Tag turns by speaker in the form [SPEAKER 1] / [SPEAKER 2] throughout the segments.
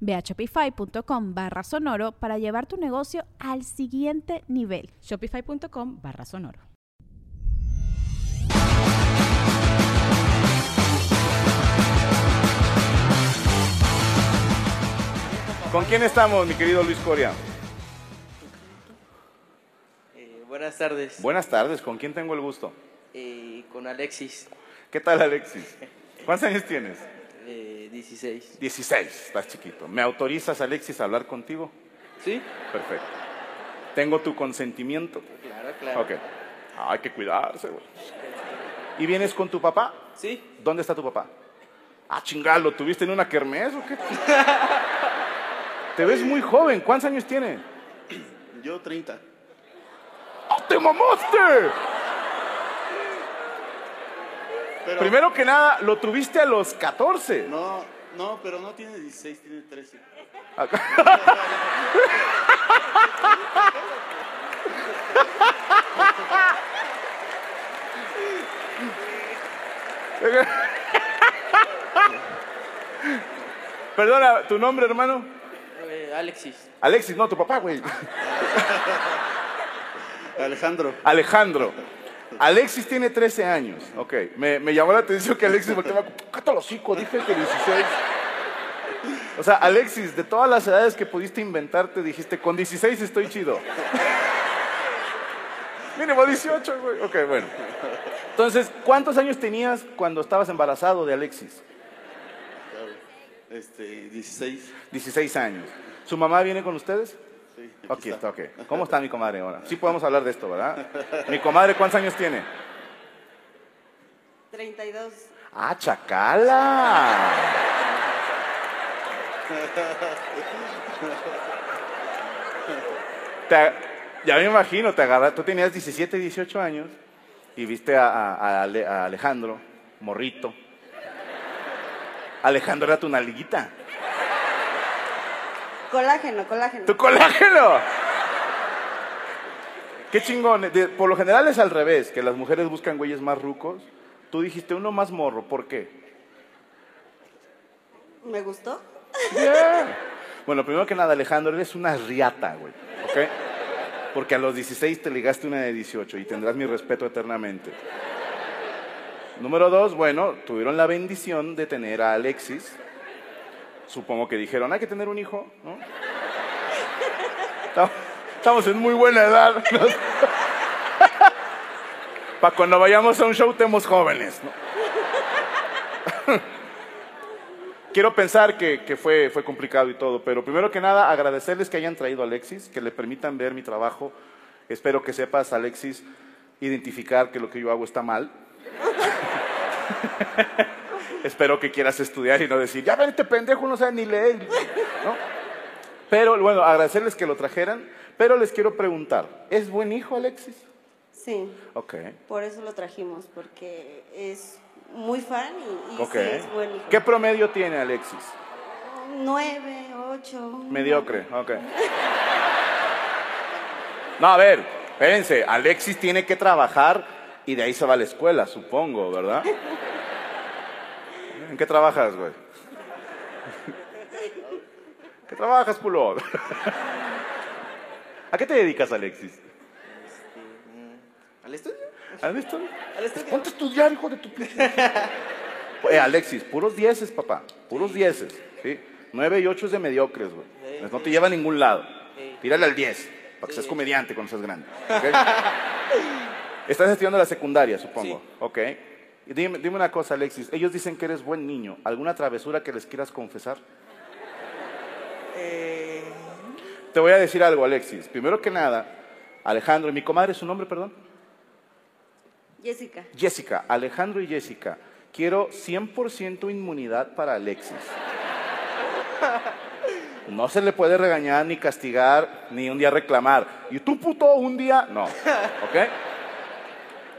[SPEAKER 1] Ve a shopify.com barra sonoro para llevar tu negocio al siguiente nivel.
[SPEAKER 2] Shopify.com barra sonoro.
[SPEAKER 3] ¿Con quién estamos, mi querido Luis Coria?
[SPEAKER 4] Eh, buenas tardes.
[SPEAKER 3] Buenas tardes, ¿con quién tengo el gusto?
[SPEAKER 4] Eh, con Alexis,
[SPEAKER 3] ¿Qué tal, Alexis? ¿Cuántos años tienes?
[SPEAKER 4] eh, 16.
[SPEAKER 3] 16, estás chiquito. ¿Me autorizas, Alexis, a hablar contigo?
[SPEAKER 4] ¿Sí?
[SPEAKER 3] Perfecto. ¿Tengo tu consentimiento?
[SPEAKER 4] Claro, claro.
[SPEAKER 3] Ok. Ah, hay que cuidarse, güey. ¿Y vienes con tu papá?
[SPEAKER 4] ¿Sí?
[SPEAKER 3] ¿Dónde está tu papá? Ah, chingado, ¿lo tuviste en una kermés o qué? Te ves muy joven, ¿cuántos años tiene?
[SPEAKER 5] Yo 30.
[SPEAKER 3] ¡Ah, te mamaste!
[SPEAKER 5] Pero
[SPEAKER 3] Primero que nada, lo tuviste a los 14.
[SPEAKER 5] No, no, pero no tiene 16, tiene 13.
[SPEAKER 3] Perdona, ¿tu nombre, hermano?
[SPEAKER 4] Eh, Alexis.
[SPEAKER 3] Alexis, no, tu papá, güey.
[SPEAKER 5] Alejandro.
[SPEAKER 3] Alejandro. Alexis tiene 13 años. Ok, me, me llamó la atención que Alexis me quedaba, cállate los hocico, dije que 16. O sea, Alexis, de todas las edades que pudiste inventarte, dijiste, con 16 estoy chido. Mínimo 18, güey. Ok, bueno. Entonces, ¿cuántos años tenías cuando estabas embarazado de Alexis?
[SPEAKER 5] Este, 16.
[SPEAKER 3] 16 años. ¿Su mamá viene con ustedes?
[SPEAKER 5] Sí, aquí
[SPEAKER 3] Ok, está, ok. ¿Cómo está mi comadre ahora? Sí podemos hablar de esto, ¿verdad? Mi comadre, ¿cuántos años tiene?
[SPEAKER 6] 32.
[SPEAKER 3] ¡Ah, chacala! Te- ya me imagino, te agarra, tú tenías 17, 18 años y viste a, a- a Ale- a Alejandro, morrito. Alejandro era tu nalguita.
[SPEAKER 6] Colágeno, colágeno.
[SPEAKER 3] ¡Tu colágeno! ¡Qué chingón! De- por lo general es al revés, que las mujeres buscan güeyes más rucos. Tú dijiste uno más morro, ¿por qué?
[SPEAKER 6] ¿Me gustó?
[SPEAKER 3] Bien. Bueno, primero que nada, Alejandro, eres una riata, güey. ¿Ok? Porque a los 16 te ligaste una de 18 y tendrás mi respeto eternamente. Número dos, bueno, tuvieron la bendición de tener a Alexis. Supongo que dijeron, hay que tener un hijo, ¿no? Estamos- Estamos en muy buena edad. Para cuando vayamos a un show, estemos jóvenes. ¿no? Quiero pensar que, que fue, fue complicado y todo, pero primero que nada, agradecerles que hayan traído a Alexis, que le permitan ver mi trabajo. Espero que sepas, Alexis, identificar que lo que yo hago está mal. Espero que quieras estudiar y no decir, ya ven, este pendejo no sabe ni leer. ¿no? Pero bueno, agradecerles que lo trajeran, pero les quiero preguntar, ¿es buen hijo Alexis?
[SPEAKER 6] Sí,
[SPEAKER 3] Ok.
[SPEAKER 6] por eso lo trajimos, porque es muy fan y, y
[SPEAKER 3] ok.
[SPEAKER 6] sí es buen hijo.
[SPEAKER 3] ¿Qué promedio tiene Alexis?
[SPEAKER 6] Nueve, ocho.
[SPEAKER 3] Mediocre, ok. No, a ver, espérense, Alexis tiene que trabajar y de ahí se va a la escuela, supongo, ¿verdad? ¿En qué trabajas, güey? ¿Qué trabajas, culo? ¿A qué te dedicas, Alexis?
[SPEAKER 4] Este, mm, ¿Al estudio?
[SPEAKER 3] ¿Has visto?
[SPEAKER 4] ¿Al estudio?
[SPEAKER 3] Ponte a estudiar, hijo de tu pinche. Eh, Alexis, puros dieces, papá. Puros dieces. ¿sí? Nueve y ocho es de mediocres, güey. Pues
[SPEAKER 4] Sí.
[SPEAKER 3] No te lleva a ningún lado.
[SPEAKER 4] Sí.
[SPEAKER 3] Tírale al diez, para que
[SPEAKER 4] Sí.
[SPEAKER 3] seas comediante cuando seas grande. ¿ok? Estás estudiando la secundaria, supongo.
[SPEAKER 5] Sí.
[SPEAKER 3] Ok. Y dime, dime una cosa, Alexis. Ellos dicen que eres buen niño. ¿Alguna travesura que les quieras confesar?
[SPEAKER 4] Eh,
[SPEAKER 3] Te voy a decir algo, Alexis. Primero que nada, Alejandro, mi comadre, ¿su nombre, perdón?
[SPEAKER 6] Jessica,
[SPEAKER 3] Jessica, Alejandro y Jessica, quiero 100% inmunidad para Alexis. No se le puede regañar, ni castigar, ni un día reclamar. Y tú, puto, un día, no. ¿Ok?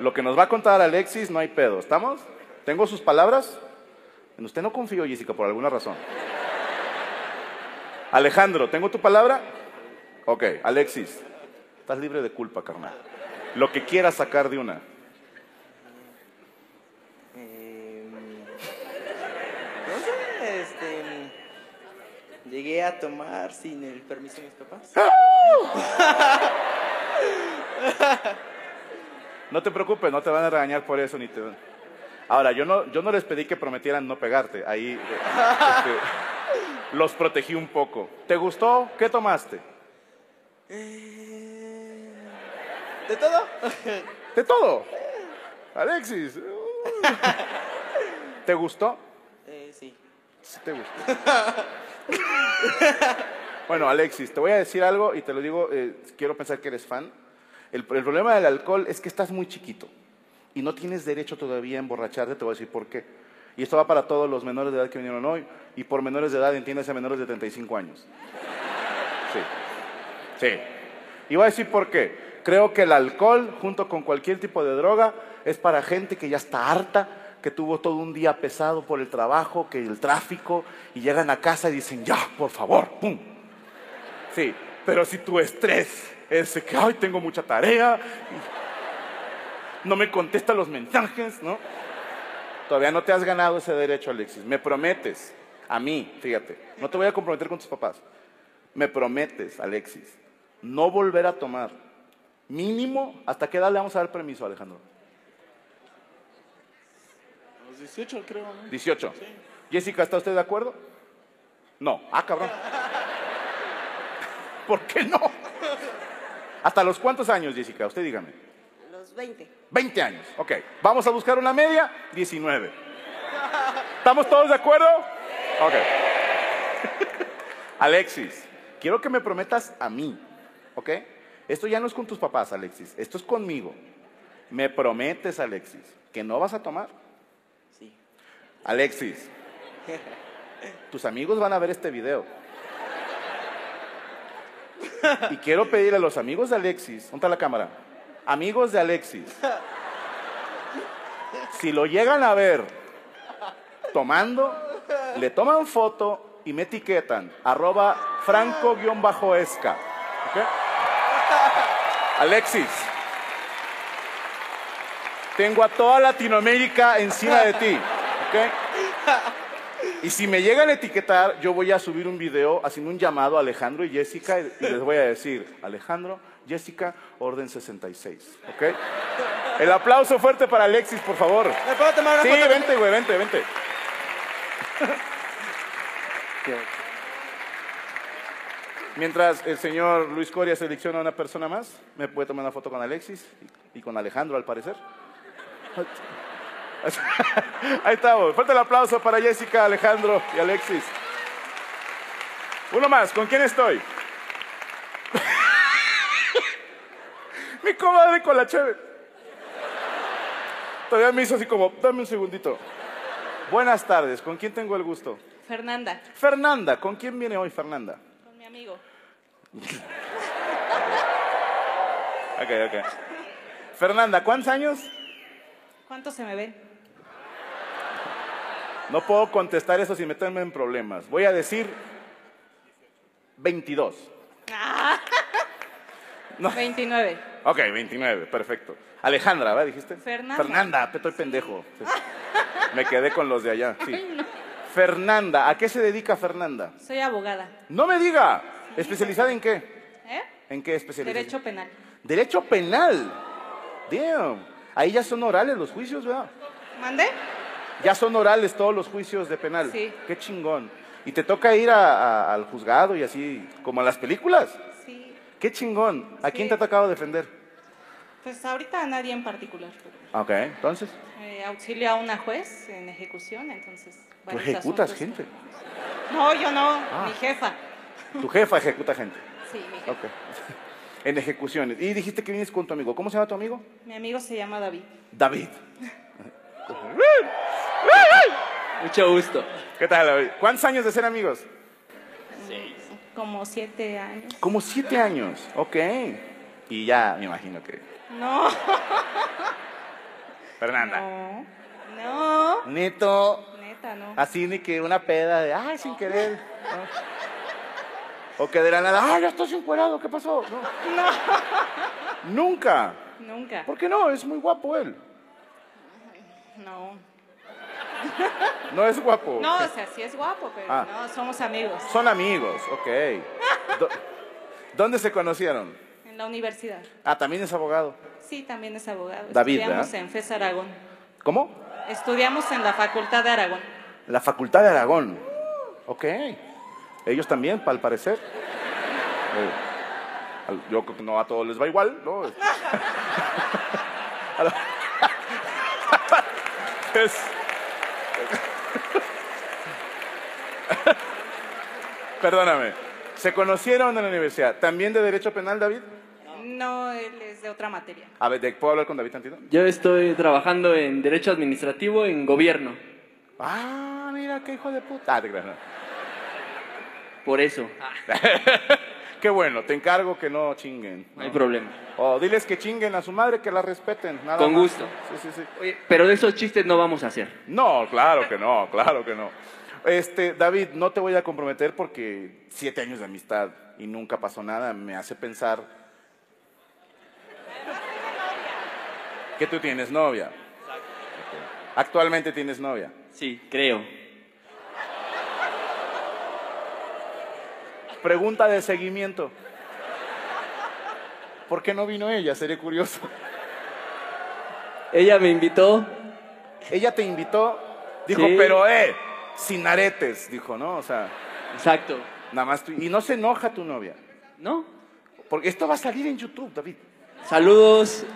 [SPEAKER 3] Lo que nos va a contar Alexis, no hay pedo. ¿Estamos? ¿Tengo sus palabras? En usted no confío, Jessica, por alguna razón. Alejandro, ¿tengo tu palabra? Ok, Alexis, estás libre de culpa, carnal. Lo que quieras sacar de una.
[SPEAKER 4] eh, no sé, este. Llegué a tomar sin el permiso de mis papás.
[SPEAKER 7] Ah.
[SPEAKER 3] No te preocupes, no te van a regañar por eso ni te. Ahora, yo no, yo no les pedí que prometieran no pegarte. Ahí eh, este, los protegí un poco. ¿Te gustó? ¿Qué tomaste?
[SPEAKER 4] Eh, ¿De todo?
[SPEAKER 3] De todo. Alexis. uh. ¿Te gustó?
[SPEAKER 4] Eh, sí.
[SPEAKER 3] Sí, te gustó. Bueno, Alexis, te voy a decir algo y te lo digo, eh, quiero pensar que eres fan. El, el problema del alcohol es que estás muy chiquito y no tienes derecho todavía a emborracharte, te voy a decir por qué. Y esto va para todos los menores de edad que vinieron hoy y por menores de edad entiéndase a menores de 35 años. Sí. Sí. Y voy a decir por qué. Creo que el alcohol, junto con cualquier tipo de droga, es para gente que ya está harta, que tuvo todo un día pesado por el trabajo, que el tráfico, y llegan a casa y dicen, ya, por favor, pum. Sí, pero si tu estrés es de que, ay, tengo mucha tarea, y no me contesta los mensajes, ¿no? Todavía no te has ganado ese derecho, Alexis. Me prometes, a mí, fíjate, no te voy a comprometer con tus papás. Me prometes, Alexis, no volver a tomar. Mínimo, ¿hasta qué edad le vamos a dar permiso, Alejandro?
[SPEAKER 5] A los 18 creo, ¿no?
[SPEAKER 3] 18. Jessica, ¿está usted de acuerdo? No. Ah, cabrón. ¿Por qué no? ¿Hasta los cuántos años, Jessica? Usted dígame.
[SPEAKER 6] los 20.
[SPEAKER 3] 20 años. Ok. Vamos a buscar una media, 19. ¿Estamos todos de acuerdo? Ok. Alexis, quiero que me prometas a mí, ¿ok? Esto ya no es con tus papás, Alexis, esto es conmigo. Me prometes, Alexis, que no vas a tomar.
[SPEAKER 4] Sí.
[SPEAKER 3] Alexis, tus amigos van a ver este video. Y quiero pedirle a los amigos de Alexis, ¿dónde está la cámara? Amigos de Alexis, si lo llegan a ver tomando, le toman foto y me etiquetan, arroba franco-esca. ¿Ok? Alexis, tengo a toda Latinoamérica encima de ti. ¿ok? Y si me llegan a etiquetar, yo voy a subir un video haciendo un llamado a Alejandro y Jessica y les voy a decir, Alejandro, Jessica, orden 66, ¿ok? El aplauso fuerte para Alexis, por favor.
[SPEAKER 4] ¿Me puedo tomar una
[SPEAKER 3] Sí,
[SPEAKER 4] foto?
[SPEAKER 3] vente, güey, vente, vente. Mientras el señor Luis Coria selecciona a una persona más, me puede tomar una foto con Alexis y y con Alejandro, al parecer. Ahí estamos. Fuerte el aplauso para Jessica, Alejandro y Alexis. Uno más, ¿con quién estoy? Mi comadre con la chévere. Todavía me hizo así como, dame un segundito. Buenas tardes, ¿con quién tengo el gusto?
[SPEAKER 8] Fernanda,
[SPEAKER 3] Fernanda, ¿con quién viene hoy Fernanda?
[SPEAKER 8] con mi amigo.
[SPEAKER 3] Ok, ok. Fernanda, ¿cuántos años?
[SPEAKER 8] ¿Cuánto se me ve?
[SPEAKER 3] No puedo contestar eso sin meterme en problemas. Voy a decir 22. No.
[SPEAKER 8] 29.
[SPEAKER 3] Ok, 29, perfecto. Alejandra, ¿verdad? Dijiste.
[SPEAKER 8] Fernanda.
[SPEAKER 3] Fernanda, estoy pendejo. Sí. Me quedé con los de allá. sí. Fernanda, ¿a qué se dedica Fernanda?
[SPEAKER 8] Soy abogada.
[SPEAKER 3] No me diga. ¿Especializada en qué?
[SPEAKER 8] ¿Eh?
[SPEAKER 3] ¿En qué especializada?
[SPEAKER 8] Derecho penal.
[SPEAKER 3] Derecho penal. Damn. Ahí ya son orales los juicios, ¿verdad?
[SPEAKER 8] ¿Mandé?
[SPEAKER 3] Ya son orales todos los juicios de penal.
[SPEAKER 8] Sí.
[SPEAKER 3] Qué chingón. Y te toca ir a- a- al juzgado y así, como en las películas.
[SPEAKER 8] Sí.
[SPEAKER 3] Qué chingón. ¿A quién
[SPEAKER 8] Sí.
[SPEAKER 3] te ha tocado defender?
[SPEAKER 8] Pues ahorita a nadie en particular. pero,
[SPEAKER 3] Ah, Ok, entonces.
[SPEAKER 8] eh, auxilio a una juez en ejecución, entonces.
[SPEAKER 3] Tú
[SPEAKER 8] varios
[SPEAKER 3] ejecutas
[SPEAKER 8] asuntos.
[SPEAKER 3] gente.
[SPEAKER 8] No, yo no,
[SPEAKER 3] Ah.
[SPEAKER 8] mi jefa.
[SPEAKER 3] Tu jefa ejecuta gente.
[SPEAKER 8] Sí, mi jefa.
[SPEAKER 3] Ok. en ejecuciones. Y dijiste que vienes con tu amigo. ¿Cómo se llama tu amigo?
[SPEAKER 8] Mi amigo se llama David.
[SPEAKER 3] David.
[SPEAKER 4] Mucho gusto.
[SPEAKER 3] ¿Qué tal, David? ¿Cuántos años de ser amigos?
[SPEAKER 8] Como siete años.
[SPEAKER 3] Como siete años. Ok. Y ya me imagino que.
[SPEAKER 8] No,
[SPEAKER 3] Fernanda.
[SPEAKER 8] no, no.
[SPEAKER 3] Neto.
[SPEAKER 8] Neta, no.
[SPEAKER 3] Así ni que una peda de, ay, sin querer. ¿no? O que de la nada, ay, ya estoy encuerado, ¿qué pasó? No. Nunca.
[SPEAKER 8] Nunca.
[SPEAKER 3] ¿Por qué no? Es muy guapo él.
[SPEAKER 8] No.
[SPEAKER 3] No es guapo.
[SPEAKER 8] No, o sea, sí es guapo, pero
[SPEAKER 3] Ah.
[SPEAKER 8] no, somos amigos.
[SPEAKER 3] Son amigos, ok. Do- ¿Dónde se conocieron?
[SPEAKER 8] En la universidad.
[SPEAKER 3] Ah, también es abogado.
[SPEAKER 8] Sí, también es abogado.
[SPEAKER 3] David,
[SPEAKER 8] Estudiamos
[SPEAKER 3] ¿verdad?
[SPEAKER 8] en FES Aragón.
[SPEAKER 3] ¿Cómo?
[SPEAKER 8] Estudiamos en la Facultad de Aragón.
[SPEAKER 3] La Facultad de Aragón. Ok. Ellos también, pa- al parecer. Eh, al- Yo creo que no a todos les va igual, ¿no? A lo- Es- Perdóname. Se conocieron en la universidad. ¿También de Derecho Penal, David?
[SPEAKER 8] No, él es de otra materia.
[SPEAKER 3] A ver, ¿de- ¿puedo hablar con David tantito?
[SPEAKER 7] Yo estoy trabajando en Derecho Administrativo en Gobierno.
[SPEAKER 3] Ah, mira, qué hijo de puta. Ah, te creas, no.
[SPEAKER 7] Por eso,
[SPEAKER 3] Qué bueno, te encargo que no chinguen.
[SPEAKER 7] no
[SPEAKER 4] Ah.
[SPEAKER 7] hay problema.
[SPEAKER 3] O diles que chinguen a su madre, que la respeten. nada
[SPEAKER 7] Con
[SPEAKER 3] más.
[SPEAKER 7] gusto.
[SPEAKER 3] Sí, sí, sí.
[SPEAKER 7] Oye, pero de esos chistes no vamos a hacer.
[SPEAKER 3] No, claro que no, claro que no. Este, David, no te voy a comprometer porque siete años de amistad y nunca pasó nada me hace pensar que tú tienes novia. Ok. Actualmente tienes novia.
[SPEAKER 7] Sí, creo.
[SPEAKER 3] Pregunta de seguimiento. ¿Por qué no vino ella? Sería curioso.
[SPEAKER 7] Ella me invitó.
[SPEAKER 3] Ella te invitó, dijo,
[SPEAKER 7] Sí.
[SPEAKER 3] pero eh, sin aretes, dijo, ¿no? O sea,
[SPEAKER 7] Exacto.
[SPEAKER 3] nada más tú. Y no se enoja tu novia.
[SPEAKER 7] ¿No?
[SPEAKER 3] Porque esto va a salir en YouTube, David.
[SPEAKER 7] Saludos.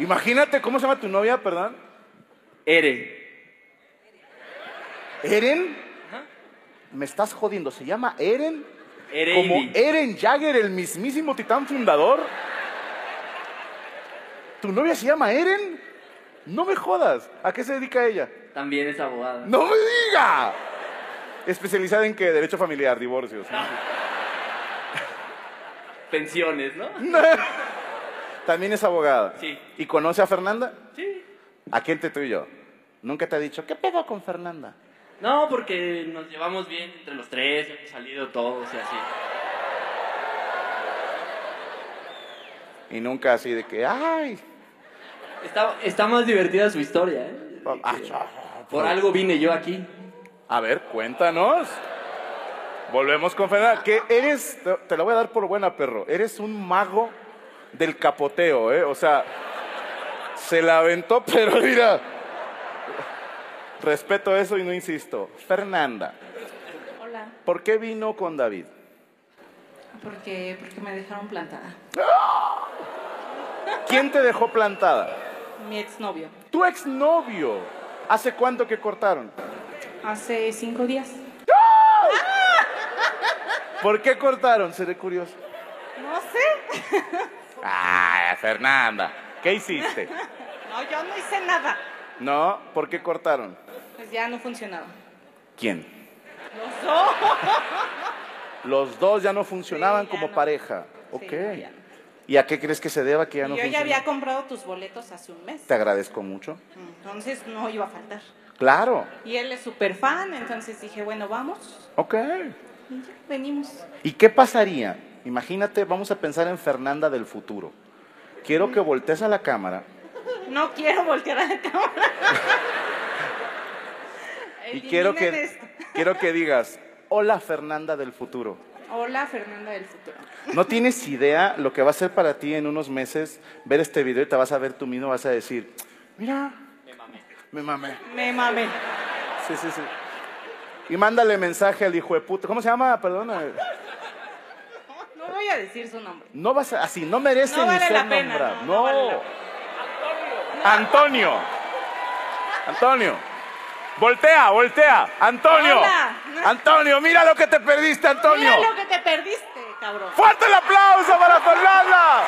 [SPEAKER 3] Imagínate cómo se llama tu novia, perdón.
[SPEAKER 7] Ere.
[SPEAKER 3] Eren. Me estás jodiendo. ¿Se llama Eren?
[SPEAKER 7] Ereidi.
[SPEAKER 3] Como E- Eren Jagger, el mismísimo titán fundador. ¿Tu novia se llama Eren? No me jodas. ¿A qué se dedica ella?
[SPEAKER 7] También es abogada.
[SPEAKER 3] ¡No me diga! Especializada en qué? Derecho familiar, divorcios.
[SPEAKER 7] Pensiones, ¿no?
[SPEAKER 3] También es abogada.
[SPEAKER 7] Sí.
[SPEAKER 3] ¿Y conoce a Fernanda?
[SPEAKER 7] Sí.
[SPEAKER 3] Aquí entre tú y yo. Nunca te ha dicho, ¿qué pedo con Fernanda?
[SPEAKER 7] No, porque nos llevamos bien entre los tres, hemos salido todos y así.
[SPEAKER 3] Y nunca así de que, ay,
[SPEAKER 7] Está, está más divertida su historia, ¿eh?
[SPEAKER 3] Ah,
[SPEAKER 7] Por algo vine yo aquí.
[SPEAKER 3] A ver, cuéntanos. Volvemos con Fernanda. Que eres, te- te la voy a dar por buena, perro. Eres un mago del capoteo, ¿eh? O sea, se la aventó, pero mira. Respeto eso y no insisto. Fernanda,
[SPEAKER 8] Hola.
[SPEAKER 3] ¿por qué vino con David?
[SPEAKER 8] Porque, porque me dejaron plantada.
[SPEAKER 3] ¿Quién te dejó plantada?
[SPEAKER 8] Mi exnovio.
[SPEAKER 3] Tu exnovio. ¿Hace cuánto que cortaron?
[SPEAKER 8] Hace cinco días.
[SPEAKER 3] ¿Por qué cortaron? Seré curioso.
[SPEAKER 8] No sé.
[SPEAKER 3] Ah, Fernanda, ¿qué hiciste?
[SPEAKER 8] No, yo no hice nada.
[SPEAKER 3] No, ¿por qué cortaron?
[SPEAKER 8] Pues ya no funcionaba.
[SPEAKER 3] ¿Quién?
[SPEAKER 8] Los dos.
[SPEAKER 3] Los dos ya no funcionaban
[SPEAKER 8] Sí, ya
[SPEAKER 3] como
[SPEAKER 8] no.
[SPEAKER 3] pareja.
[SPEAKER 8] Sí,
[SPEAKER 3] Ok.
[SPEAKER 8] ya no.
[SPEAKER 3] ¿Y a qué crees que se deba que ya
[SPEAKER 8] Y
[SPEAKER 3] no
[SPEAKER 8] yo ya
[SPEAKER 3] funcionó?
[SPEAKER 8] había comprado tus boletos hace un mes.
[SPEAKER 3] Te agradezco mucho.
[SPEAKER 8] Entonces no iba a faltar.
[SPEAKER 3] Claro.
[SPEAKER 8] Y él es súper fan, entonces dije, bueno, vamos.
[SPEAKER 3] Ok.
[SPEAKER 8] Y ya, venimos.
[SPEAKER 3] ¿Y qué pasaría? Imagínate, vamos a pensar en Fernanda del futuro. Quiero que voltees a la cámara.
[SPEAKER 8] No quiero voltear a la cámara.
[SPEAKER 3] Y quiero
[SPEAKER 8] Eliminen
[SPEAKER 3] que,
[SPEAKER 8] esto.
[SPEAKER 3] quiero que digas, hola Fernanda del futuro.
[SPEAKER 8] Hola, Fernanda del futuro.
[SPEAKER 3] No tienes idea lo que va a ser para ti en unos meses ver este video y te vas a ver tú mismo, vas a decir, mira, me mamé. Me mamé.
[SPEAKER 8] Me mame.
[SPEAKER 3] Sí, sí, sí. Y mándale mensaje al hijo de puta. ¿Cómo se llama? Perdona.
[SPEAKER 8] No voy voy a decir su nombre.
[SPEAKER 3] No vas a, así, no merece
[SPEAKER 8] No
[SPEAKER 3] ni
[SPEAKER 8] vale
[SPEAKER 3] ser
[SPEAKER 8] la pena,
[SPEAKER 3] nombrado.
[SPEAKER 8] no, no vale la
[SPEAKER 3] No. Antonio. Antonio. Voltea, voltea. Antonio.
[SPEAKER 8] Hola.
[SPEAKER 3] Antonio, mira lo que te perdiste, Antonio.
[SPEAKER 8] Mira lo que te perdiste, cabrón.
[SPEAKER 3] ¡Fuerte el aplauso para Fernanda!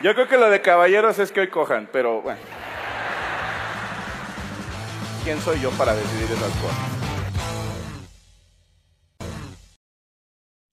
[SPEAKER 3] Yo creo que lo de caballeros es que hoy cojan, pero bueno. ¿Quién soy yo para decidir esas cosas?